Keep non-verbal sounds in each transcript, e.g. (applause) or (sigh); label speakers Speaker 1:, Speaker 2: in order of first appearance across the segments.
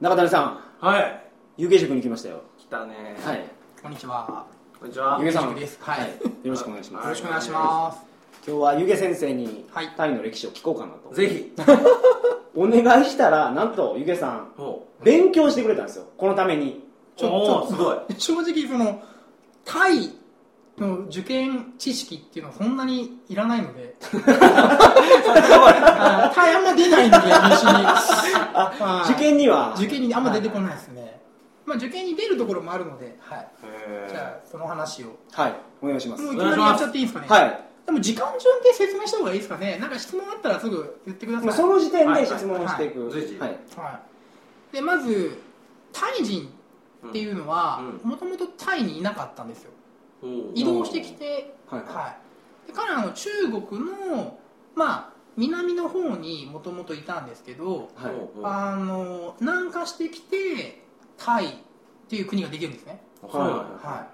Speaker 1: 中谷さん
Speaker 2: はい
Speaker 1: 有形塾に来ましたよ
Speaker 2: 来たね
Speaker 1: はい
Speaker 3: こんにちは。
Speaker 2: こんにちは
Speaker 1: ゆげさん
Speaker 3: 塾ですはい
Speaker 1: よろしくお願いしま
Speaker 3: よ
Speaker 1: す
Speaker 3: ろしくお願いします。
Speaker 1: 今日はゆげ先生に
Speaker 3: はい
Speaker 1: タイの歴史を聞こうかなと
Speaker 2: ぜひ
Speaker 1: お願いしたらなんとゆげさん
Speaker 2: お
Speaker 1: 勉強してくれたんですよこのために
Speaker 3: ちょ
Speaker 2: おー
Speaker 3: ちょ
Speaker 2: すごい
Speaker 3: 正直、その、タイの受験知識っていうのはそんなにいらない
Speaker 1: (laughs)
Speaker 3: ので、あタイあんま出ないので、入試に。
Speaker 1: あ
Speaker 3: はい
Speaker 1: 受験には
Speaker 3: 受験にあんま出てこないですね。まあ、受験に出るところもあるので、はい。じゃあ、その話を。も
Speaker 1: はいお願いします
Speaker 3: う
Speaker 1: はい
Speaker 3: きなりやっちゃっていいですかね。
Speaker 1: い
Speaker 3: でも、時間順で説明した方がいいですかね。なんか質問あったらすぐ言ってくださ
Speaker 1: ま
Speaker 3: い。
Speaker 1: あその時点
Speaker 2: は
Speaker 1: で
Speaker 2: い
Speaker 1: 質問をしていく
Speaker 2: はい随時
Speaker 1: はい
Speaker 3: はい、でまずタイ人っていうのは
Speaker 2: う
Speaker 3: もともとタイにいなかったんですよ
Speaker 2: うん
Speaker 3: 移動してきて、
Speaker 1: はい
Speaker 3: はい、で彼らの中国のまあ南の方にもともといたんですけど
Speaker 1: はい
Speaker 2: は
Speaker 3: あの南下してきてタイっていう国ができるんですね
Speaker 2: い
Speaker 3: は
Speaker 2: はい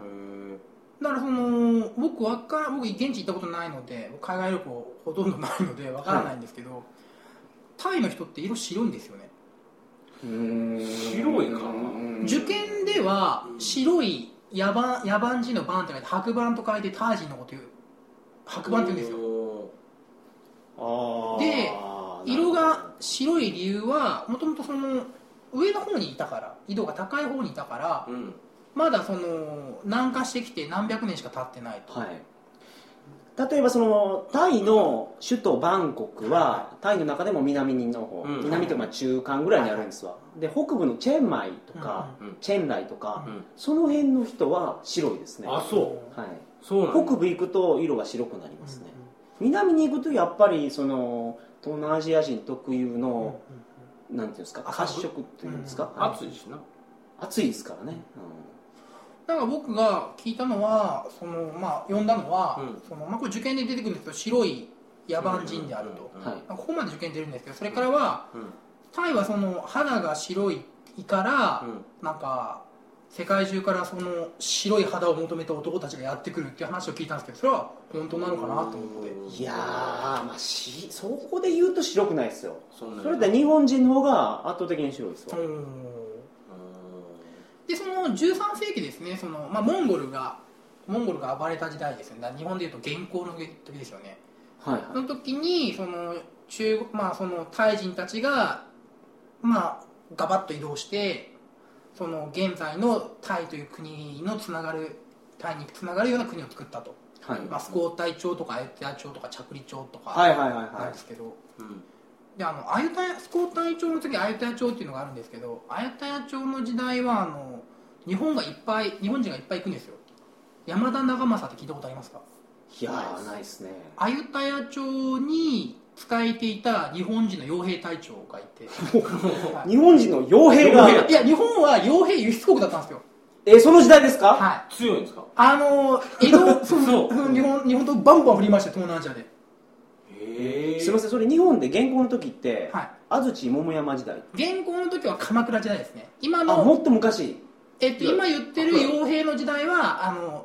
Speaker 2: へ
Speaker 3: だからその僕わか僕現地行ったことないので海外旅行ほとんどないのでわからないんですけど、タイの人って色白いんですよね
Speaker 1: うーん
Speaker 2: 白いか
Speaker 1: うん
Speaker 3: 受験では
Speaker 2: うん
Speaker 3: 白い野蛮野蛮人の番って書いて白板と書いてタージンのこと言う白板って言うんですよ
Speaker 2: よ
Speaker 1: あー
Speaker 3: で
Speaker 1: なるほど
Speaker 3: 色が白い理由はもともとその上の方にいたから緯度が高い方にいたから
Speaker 2: うん
Speaker 3: まだその南下してきて何百年しか経ってないと
Speaker 1: はい例えばそのタイの首都バンコクはタイの中でも南の方、
Speaker 2: うん
Speaker 1: 南というかまあ中間ぐらいにあるんですわ、で北部のチェンマイとか、
Speaker 2: うんうん
Speaker 1: チェンライとか、
Speaker 2: うん
Speaker 1: その辺の人は白いですね、は
Speaker 2: あそう
Speaker 1: い、
Speaker 2: そうなんだ
Speaker 1: 北部行くと色が白くなりますね、
Speaker 3: うん
Speaker 1: 南に行くとやっぱりその東南アジア人特有
Speaker 3: うん
Speaker 1: の、なんていうんですか
Speaker 2: 赤
Speaker 1: 褐色っていうんですか、はい
Speaker 2: 暑いしな
Speaker 1: 暑いですからね、
Speaker 3: なんか僕が聞いたのはそのまあ呼んだのは、
Speaker 2: うん
Speaker 3: そのまあ、これ受験で出てくるんですけど白い野蛮人であると、
Speaker 2: うん
Speaker 1: はい
Speaker 3: まあここまで受験に出るんですけどそれからは
Speaker 2: うん
Speaker 3: タイはその肌が白いから、
Speaker 2: うん
Speaker 3: なんか世界中からその白い肌を求めた男たちがやってくるっていう話を聞いたんですけどそれは本当なのかなと思って
Speaker 1: うんいやー、まあ、しそこで言うと白くないですよ
Speaker 2: そんな
Speaker 1: それで日本人の方が圧倒的に白いですわ、
Speaker 2: う
Speaker 3: でその13世紀ですねその、まあ、モンゴルがモンゴルが暴れた時代ですよね日本でいうと元寇の時ですよね
Speaker 1: はいは
Speaker 3: そ
Speaker 1: い
Speaker 3: の時にその中国、まあ、そのタイ人たちが、まあ、ガバッと移動してその現在のタイという国のつながるタイにつながるような国を作ったと、
Speaker 1: はい
Speaker 3: まあ、スコータイ朝とかアユタヤ朝とか着理朝と
Speaker 1: は
Speaker 3: か
Speaker 1: いはいはいは
Speaker 3: なん
Speaker 1: い
Speaker 3: ですけど、
Speaker 2: んうん
Speaker 3: であのアユタヤスコータイ朝の次アユタヤ朝っていうのがあるんですけどアユタヤ朝の時代はあの日本がいっぱい日本人がいっぱい行くんですよ山田長政って聞いたことありますか
Speaker 1: いやーないですね
Speaker 3: アユタヤ朝に使えていた日本人の傭兵隊長がい
Speaker 1: (laughs)
Speaker 3: てはい
Speaker 1: 日本人の傭兵
Speaker 2: 傭
Speaker 1: が
Speaker 2: 兵
Speaker 3: いや日本は傭兵輸出国だったんですよ
Speaker 1: えその時代ですか、
Speaker 3: はい
Speaker 2: 強いんですか
Speaker 3: あの
Speaker 1: (laughs)
Speaker 3: 江戸そう
Speaker 2: そう
Speaker 3: うん日本日本刀バンバン振りました東南アジアで
Speaker 2: へえ
Speaker 1: すいませんそれ日本で現行の時って、
Speaker 3: はい
Speaker 1: 安土桃山時代
Speaker 3: 現行の時は鎌倉時代ですね今
Speaker 1: あ
Speaker 3: の
Speaker 1: もっと昔
Speaker 3: えっと、今言ってる傭兵の時代はあの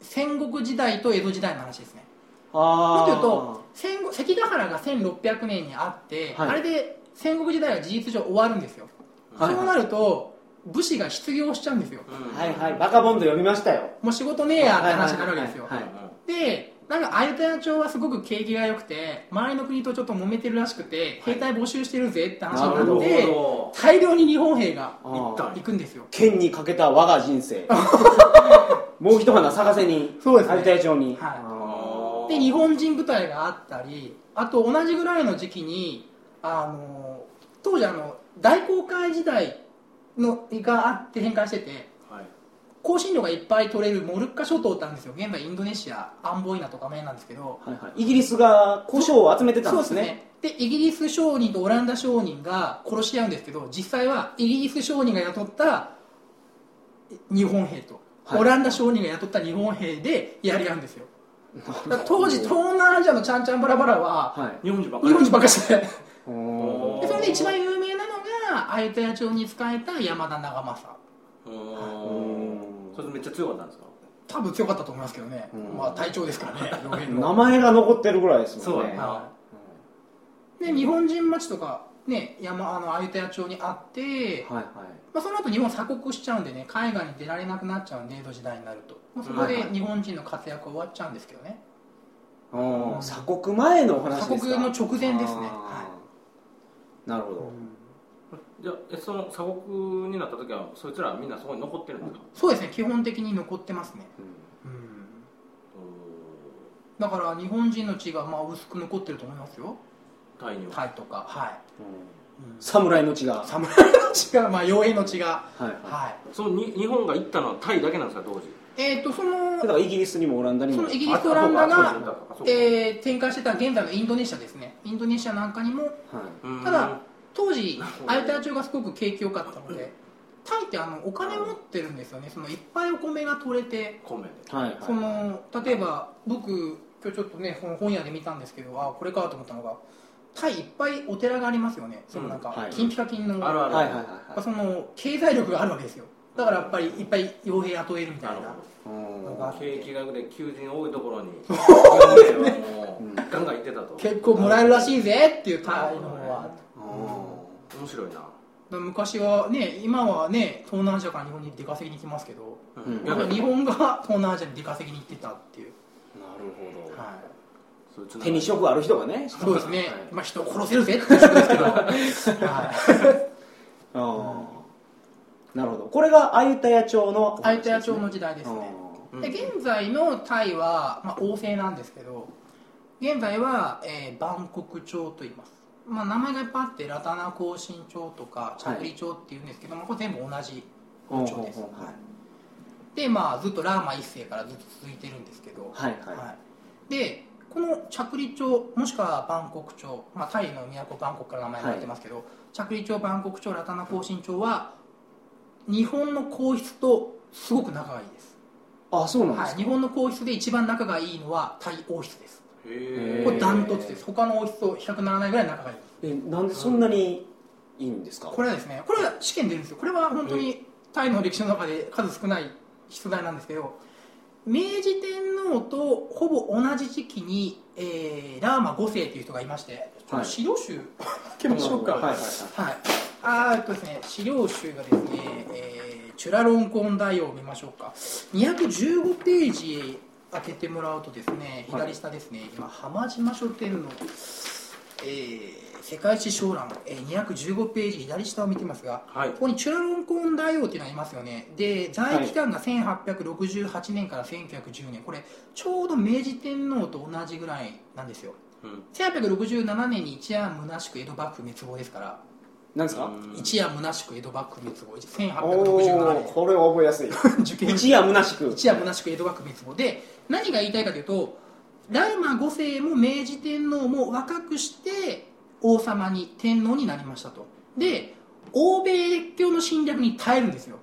Speaker 3: 戦国時代と江戸時代の話ですねも
Speaker 1: あ
Speaker 3: っ
Speaker 1: あ
Speaker 3: と言うと戦後関ヶ原が1600年にあって、
Speaker 1: はい
Speaker 3: あれで戦国時代は事実上終わるんですよ、
Speaker 1: はい
Speaker 3: そうなると武士が失業しちゃうんですよ
Speaker 2: うん
Speaker 1: はいはいバカボンド読みましたよ
Speaker 3: もう仕事ねえやって話になるわけですよ、
Speaker 1: はいはい
Speaker 3: でなんかアユタヤ朝はすごく景気が良くて周りの国とちょっと揉めてるらしくて兵隊募集してるぜって話
Speaker 1: な
Speaker 3: になって、
Speaker 2: るほ
Speaker 3: 大量に日本兵が
Speaker 1: あ
Speaker 2: 行った
Speaker 1: ー
Speaker 3: 行くんですよ
Speaker 1: 剣にかけた我が人 (laughs) 生もう一花咲かせに
Speaker 3: そうですね
Speaker 1: 有田町に、
Speaker 3: はい
Speaker 1: あ
Speaker 3: で日本人部隊があったりあと同じぐらいの時期にあの当時あの大航海時代のがあって変換してて
Speaker 2: はい
Speaker 3: 香辛料がいっぱい取れるモルッカ諸島ってあるんですよ現在インドネシアアンボイナとかメなんですけど
Speaker 1: ーはいはい、イギリスが胡椒を集めてたんですね
Speaker 3: そうですねでイギリス商人とオランダ商人が殺し合うんですけど実際はイギリス商人が雇った日本兵と、
Speaker 1: はい
Speaker 3: オランダ商人が雇った日本兵でやり合うんですよだから当時東南アジアのちゃんちゃんバラバラは、
Speaker 1: はい
Speaker 2: 日本人ばっか
Speaker 3: 日
Speaker 2: り
Speaker 3: 本人ばっかして
Speaker 1: おー
Speaker 3: (laughs) でそれで一番有名なのがアユタヤ朝に仕えた山田長政
Speaker 2: う
Speaker 1: ー
Speaker 2: んそれめっちゃ強かったんですか
Speaker 3: 多分強かったと思いますけどね、
Speaker 1: うん
Speaker 3: まあ隊長ですからね傭兵の
Speaker 1: 名前が残ってるぐらいですもんね
Speaker 2: そうやな
Speaker 3: はいで日本人町とかね、山あのアユタヤ朝にあって、
Speaker 1: はいはい
Speaker 3: まあ、その後日本鎖国しちゃうんでね海外に出られなくなっちゃうんで江戸時代になると、まあ、そこ
Speaker 1: はい
Speaker 3: で
Speaker 1: はい
Speaker 3: 日本人の活躍は終わっちゃうんですけどね
Speaker 1: あー鎖国前のお話ですか
Speaker 3: 鎖国の直前ですね
Speaker 1: あ
Speaker 3: は
Speaker 1: ーなるほど、
Speaker 2: じゃあえその鎖国になった時はそいつらみんなそこに残ってるんですか
Speaker 3: そうですね基本的に残ってますねうん
Speaker 2: お
Speaker 3: だから日本人の血がまあ薄く残ってると思いますよ
Speaker 2: ータイには、
Speaker 3: タイとかは
Speaker 1: うん
Speaker 3: い、うん、
Speaker 1: 侍の血がはい
Speaker 3: 侍の血がまあ妖艶の血が
Speaker 1: は
Speaker 3: は
Speaker 2: そのに日本が行ったのはタイだけなんですか当時
Speaker 3: いえっ、とそ
Speaker 1: い
Speaker 3: の
Speaker 1: だからイギリスにもオランダに
Speaker 3: そ
Speaker 1: も
Speaker 3: のイギリスとオランダ
Speaker 2: あそう
Speaker 3: が、
Speaker 2: かあそうか
Speaker 3: えー展開してた現在のインドネシアですねインドネシアなんかにも
Speaker 1: はい
Speaker 2: うん
Speaker 3: ただ当時
Speaker 2: なるほど
Speaker 3: アイタイ町がすごく景気良かったのでタイってあのお金持ってるんですよねそのいっぱいお米が取れて
Speaker 2: 米で
Speaker 1: はいはい
Speaker 3: その例えば僕今日ちょっとねその本屋で見たんですけどあこれかと思ったのがタイいっぱいお寺がありますよねそのなん
Speaker 1: う
Speaker 3: か
Speaker 1: んはい
Speaker 3: 金ピカ金の、
Speaker 2: あるある
Speaker 1: はいはいはい
Speaker 3: まあ
Speaker 1: は
Speaker 3: その経済力があるわけですよだからやっぱりいっぱい傭兵雇えるみたいな
Speaker 1: いう
Speaker 3: あ
Speaker 2: 景気がで求人多いとこ
Speaker 1: (laughs)
Speaker 2: ろにそうですねガンガン行ってたと
Speaker 3: 結構もらえるらしいぜっていうタイの方は
Speaker 1: ん
Speaker 2: 面白いな、
Speaker 3: だから昔はね今はね東南アジアから日本に出稼ぎに来ますけど
Speaker 1: うん
Speaker 2: うん、
Speaker 3: や
Speaker 2: や
Speaker 3: っ
Speaker 2: っ
Speaker 3: ぱ
Speaker 2: ぱ
Speaker 3: り日本が東南アジアに出稼ぎに行ってたっていう、
Speaker 1: なるほど
Speaker 3: は
Speaker 2: そういうつながり
Speaker 1: 手に職ある人がね
Speaker 3: い、そうですね、
Speaker 1: はい
Speaker 3: まあ、人を殺せるぜっていう人ですけど、はい
Speaker 1: ああなるほどこれがアユタヤ朝のお話
Speaker 3: アイタヤ朝の時代ですね、
Speaker 2: うん
Speaker 3: で現在のタイは、まあ、王政なんですけど現在は、えーバンコク朝と言います、まあ、名前がいっぱいあってラタナ行進朝とかチャクリ朝っていうんですけど、まあ、これ全部同じ
Speaker 1: うん
Speaker 3: 朝で
Speaker 1: う
Speaker 3: す、
Speaker 1: んうんうん
Speaker 3: はいでまあずっとラーマ一世からずっと続いてるんですけど、
Speaker 1: はいはい
Speaker 3: はい、でこの着陸町もしくはバンコク町、まあ、タイの都バンコクから名前が出てますけど、着陸町バンコク町ラタナ行進町は日本の皇室とすごく仲がいいです、
Speaker 1: あそうなんで
Speaker 3: は
Speaker 1: す
Speaker 3: い、
Speaker 1: か
Speaker 3: 日本の皇室で一番仲がいいのはタイ王室です
Speaker 2: へえ
Speaker 3: これダントツです他の王室と比較にならないぐらい仲がいい
Speaker 1: えなんでそんなにいいんですか
Speaker 3: これはですねこれは試験出るんですよこれは本当にタイの歴史の中で数少ない出題なんですけど明治天皇とほぼ同じ時期に、えーラーマ5世という人がいましてちょっと資料集、はい、けましょうか
Speaker 1: はい
Speaker 3: は
Speaker 1: はい
Speaker 3: い、
Speaker 1: はい
Speaker 3: あーっとですね資料集がですね、えーチュラロンコン大王を見ましょうか215ページ開けてもらうとですね
Speaker 1: はい
Speaker 3: 左下ですね、今浜島書店のえー世界史小覧、えー215ページ左下を見てますが
Speaker 2: はい
Speaker 3: ここにチュラロンコーン大王っていうのがいますよねで在位期間が1868年から1910年これちょうど明治天皇と同じぐらいなんですよ
Speaker 2: うん
Speaker 3: 1867年に一夜虚しく江戸幕府滅亡ですから
Speaker 1: なんですか
Speaker 2: うん
Speaker 3: 一夜虚しく江戸幕府滅亡
Speaker 1: お
Speaker 3: 1867
Speaker 1: おこれは覚えやすい
Speaker 3: 年受験
Speaker 1: 一夜虚しく
Speaker 3: 一夜虚しく江戸幕府滅亡で何が言いたいかというとライマ5世も明治天皇も若くして王様に天皇になりましたとで欧米列強の侵略に耐えるんですよ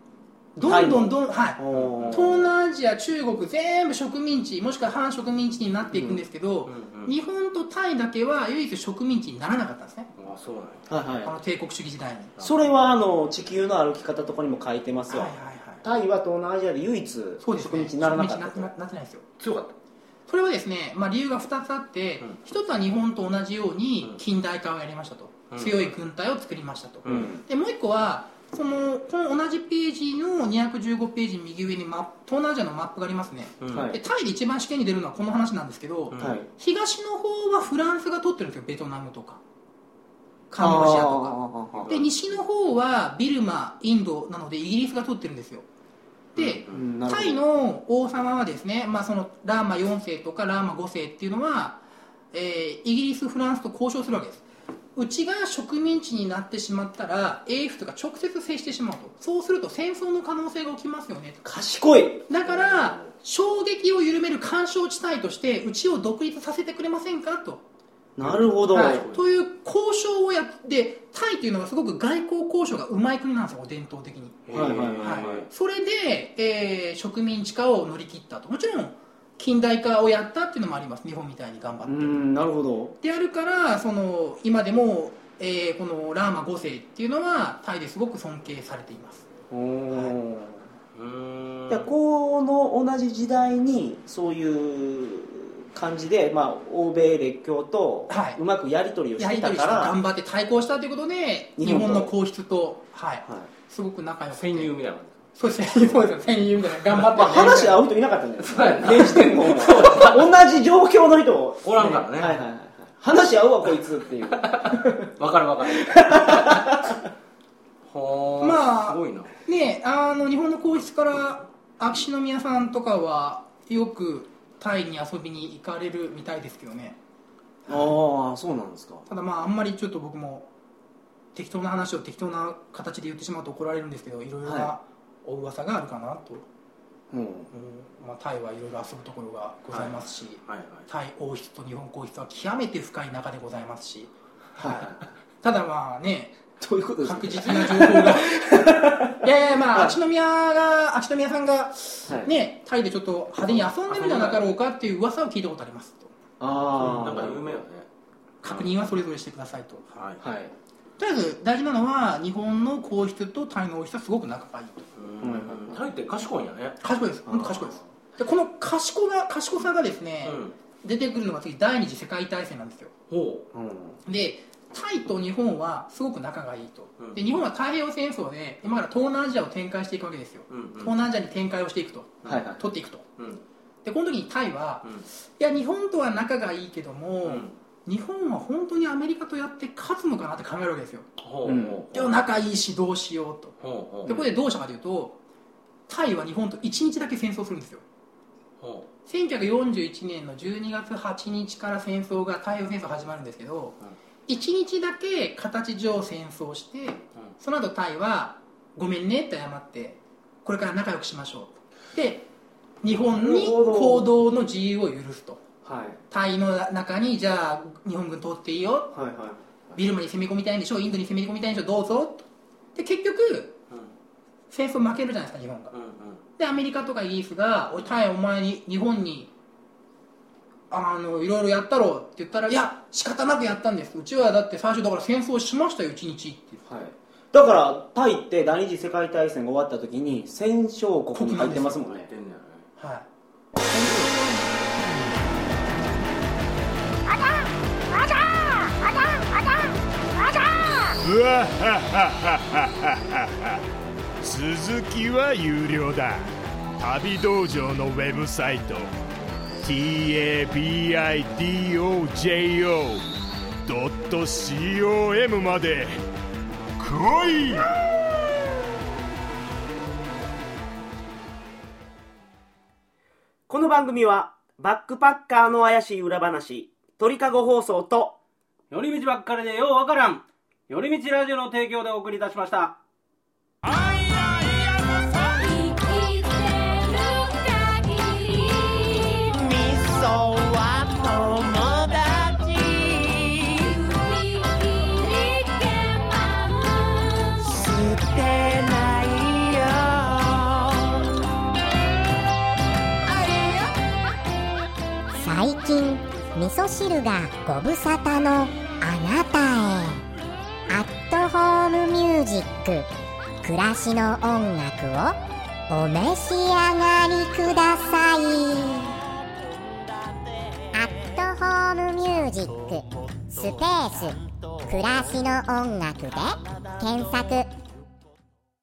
Speaker 3: どんどんどん、はい、
Speaker 1: おー
Speaker 3: 東南アジア中国全部植民地もしくは反植民地になっていくんですけど、
Speaker 2: うん
Speaker 3: 日本とタイだけは唯一植民地にならなかったんですね
Speaker 2: うんあそうなんや
Speaker 1: はい
Speaker 3: あ
Speaker 1: は
Speaker 3: の帝国主義時代に
Speaker 1: いそれはあの地球の歩き方とかにも書いてますよ
Speaker 3: はいはいはい
Speaker 1: タイは東南アジアで唯一
Speaker 3: そうですね
Speaker 1: 植民地にならなかった
Speaker 3: 植民地になななってないですよ
Speaker 2: 強かった
Speaker 3: それはですね、まあ、理由が2つあって、
Speaker 2: うん
Speaker 3: 1つは日本と同じように
Speaker 2: うん
Speaker 3: 近代化をやりましたと、
Speaker 2: うん
Speaker 3: 強い軍隊を作りましたと、
Speaker 2: うん
Speaker 3: でもう1個はそのこの同じページの215ページ右上にマップ東南アジアのマップがありますね
Speaker 2: うん
Speaker 1: はい
Speaker 3: でタイで一番試験に出るのはこの話なんですけど、
Speaker 2: うん
Speaker 1: はい
Speaker 3: 東の方はフランスが取ってるんですよベトナムとかカンボジアとか
Speaker 1: あー
Speaker 2: ー
Speaker 3: で西の方はビルマインドなのでイギリスが取ってるんですよで、
Speaker 2: う
Speaker 1: うんんなるほ
Speaker 3: タ
Speaker 1: ど
Speaker 3: イの王様はですね、まあ、そのラーマ4世とかラーマ5世っていうのは、えーイギリスフランスと交渉するわけですうちが植民地になってしまったら英仏が直接接してしまうとそうすると戦争の可能性が起きますよね
Speaker 1: 賢い
Speaker 3: だから衝撃を緩める干渉地帯としてうちを独立させてくれませんかと
Speaker 1: なるほど、
Speaker 3: はいという交渉をやってタイというのはすごく外交交渉がうまい国なんですよ伝統的に
Speaker 2: へー
Speaker 1: はいはいはい
Speaker 3: はい、それで、えー植民地化を乗り切ったともちろん近代化をやったっていうのもあります日本みたいに頑張
Speaker 1: う
Speaker 3: って、
Speaker 1: んなるほど
Speaker 3: であるからその今でも、えーこのラーマ5世っていうのはタイですごく尊敬されています
Speaker 1: おー
Speaker 2: うーん
Speaker 1: じゃあこの同じ時代にそういう感じで、まあ、欧米列強と
Speaker 3: はいう
Speaker 1: まくやり取りをし
Speaker 3: や
Speaker 1: て
Speaker 3: り取
Speaker 1: た
Speaker 3: りして
Speaker 1: から、
Speaker 3: 頑張って対抗したということで
Speaker 1: 日
Speaker 3: 日
Speaker 1: 本と
Speaker 3: 本の皇室と、はい、
Speaker 1: はい
Speaker 3: すごく仲良くて
Speaker 2: 潜入みたいな
Speaker 3: そうですねそうですね戦友みたいな頑張って
Speaker 1: まあ、話合
Speaker 3: う
Speaker 1: う人いなかったんだよ
Speaker 2: そうやな
Speaker 1: 現時点も同じ状況の人を
Speaker 2: おらんからね、
Speaker 1: はいはいはい話合うわこいつっていう
Speaker 2: わかるわかるはあ、
Speaker 3: まあ
Speaker 2: すごいな
Speaker 3: ねあの日本の皇室から秋篠宮さんとかはよくタイに遊びに行かれるみたいですけどね
Speaker 1: ああそうなんですか
Speaker 3: ただまああんまりちょっと僕も適当な話を適当な形で言ってしまうと怒られるんですけどいろいろな
Speaker 1: は
Speaker 3: お噂があるかなと、
Speaker 1: うん
Speaker 3: うんまあ、タイはいろいろ遊ぶところがございますし、
Speaker 2: はいはい
Speaker 3: タイ王室と日本皇室は極めて深い仲でございますし、
Speaker 1: はい
Speaker 3: はい、ただまあね
Speaker 1: どういうことですか
Speaker 3: 確実な情
Speaker 1: (laughs)
Speaker 3: 報がいやいやまあ、
Speaker 1: はい
Speaker 3: 秋篠宮が秋篠宮さんが
Speaker 1: はい
Speaker 3: ねタイでちょっと派手に遊んでるんじゃなかろうかっていう噂を聞いたことありますと
Speaker 1: ああ
Speaker 2: なんか有名よね
Speaker 3: 確認はそれぞれしてくださいと
Speaker 2: はい
Speaker 1: はい
Speaker 3: とりあえず大事なのは日本の皇室とタイの王室はすごく仲がいいと
Speaker 2: うんタイって賢いんやね
Speaker 3: 賢いです本当賢いですでこの賢が賢さがですね、
Speaker 2: うん
Speaker 3: 出てくるのが次第二次世界大戦なんですよ
Speaker 2: ほ
Speaker 1: うん
Speaker 3: でタイと日本はすごく仲がいいと、
Speaker 2: うん
Speaker 3: で日本は太平洋戦争で今から東南アジアを展開していくわけですよ、
Speaker 2: ううんうん
Speaker 3: 東南アジアに展開をしていくと
Speaker 1: はいはい
Speaker 3: 取っていくと
Speaker 2: うんうん
Speaker 3: でこの時にタイは、いや日本とは仲がいいけども、
Speaker 2: うん
Speaker 3: 日本は本当にアメリカとやって勝つのかなって考えるわけですよ
Speaker 2: ほうほう
Speaker 1: うん
Speaker 2: ほう
Speaker 3: でも仲いいしどうしようと
Speaker 2: ほうほう
Speaker 3: でこれでどうしたかというとタイは日本と1日だけ戦争するんですよ
Speaker 2: ほ
Speaker 3: 1941年の12月8日から戦争が太平洋戦争始まるんですけど、一1日だけ形上戦争して
Speaker 2: ううん
Speaker 3: その後タイは「ごめんね」って謝ってこれから仲良くしましょうで日本に
Speaker 1: なるほど
Speaker 3: 行動の自由を許すと
Speaker 1: はい
Speaker 3: タイの中にじゃあ日本軍通っていいよ
Speaker 1: はいはい
Speaker 3: ビルマに攻め込みたいんでしょインドに攻め込みたいんでしょどうぞで結局戦争負けるじゃないですか日本が
Speaker 2: うんうん
Speaker 3: でアメリカとかイギリスが「おいタイお前に日本にあのいろいろやったろ」って言ったら「いや仕方なくやったんですうちはだって最初だから戦争しましたよ一日」って
Speaker 1: はいだからタイって第二次世界大戦が終わった時に戦勝国に入ってますもん
Speaker 2: やっ
Speaker 1: ね
Speaker 2: てんねやね
Speaker 3: はい
Speaker 4: うわははははは続きは有料だ旅道場のウェブサイト tabidojo.com まで来い
Speaker 5: この番組は、バックパッカーの怪しい裏話、鳥かご放送と、
Speaker 2: 寄り道ばっかりでようわからん寄り道ラジオの提供でお送りいたしました
Speaker 6: 最近味噌汁がご無沙汰のあなたへアットホームミュージック暮らしの音楽をお召し上がりくださいアットホームミュージックスペース暮らしの音楽で検索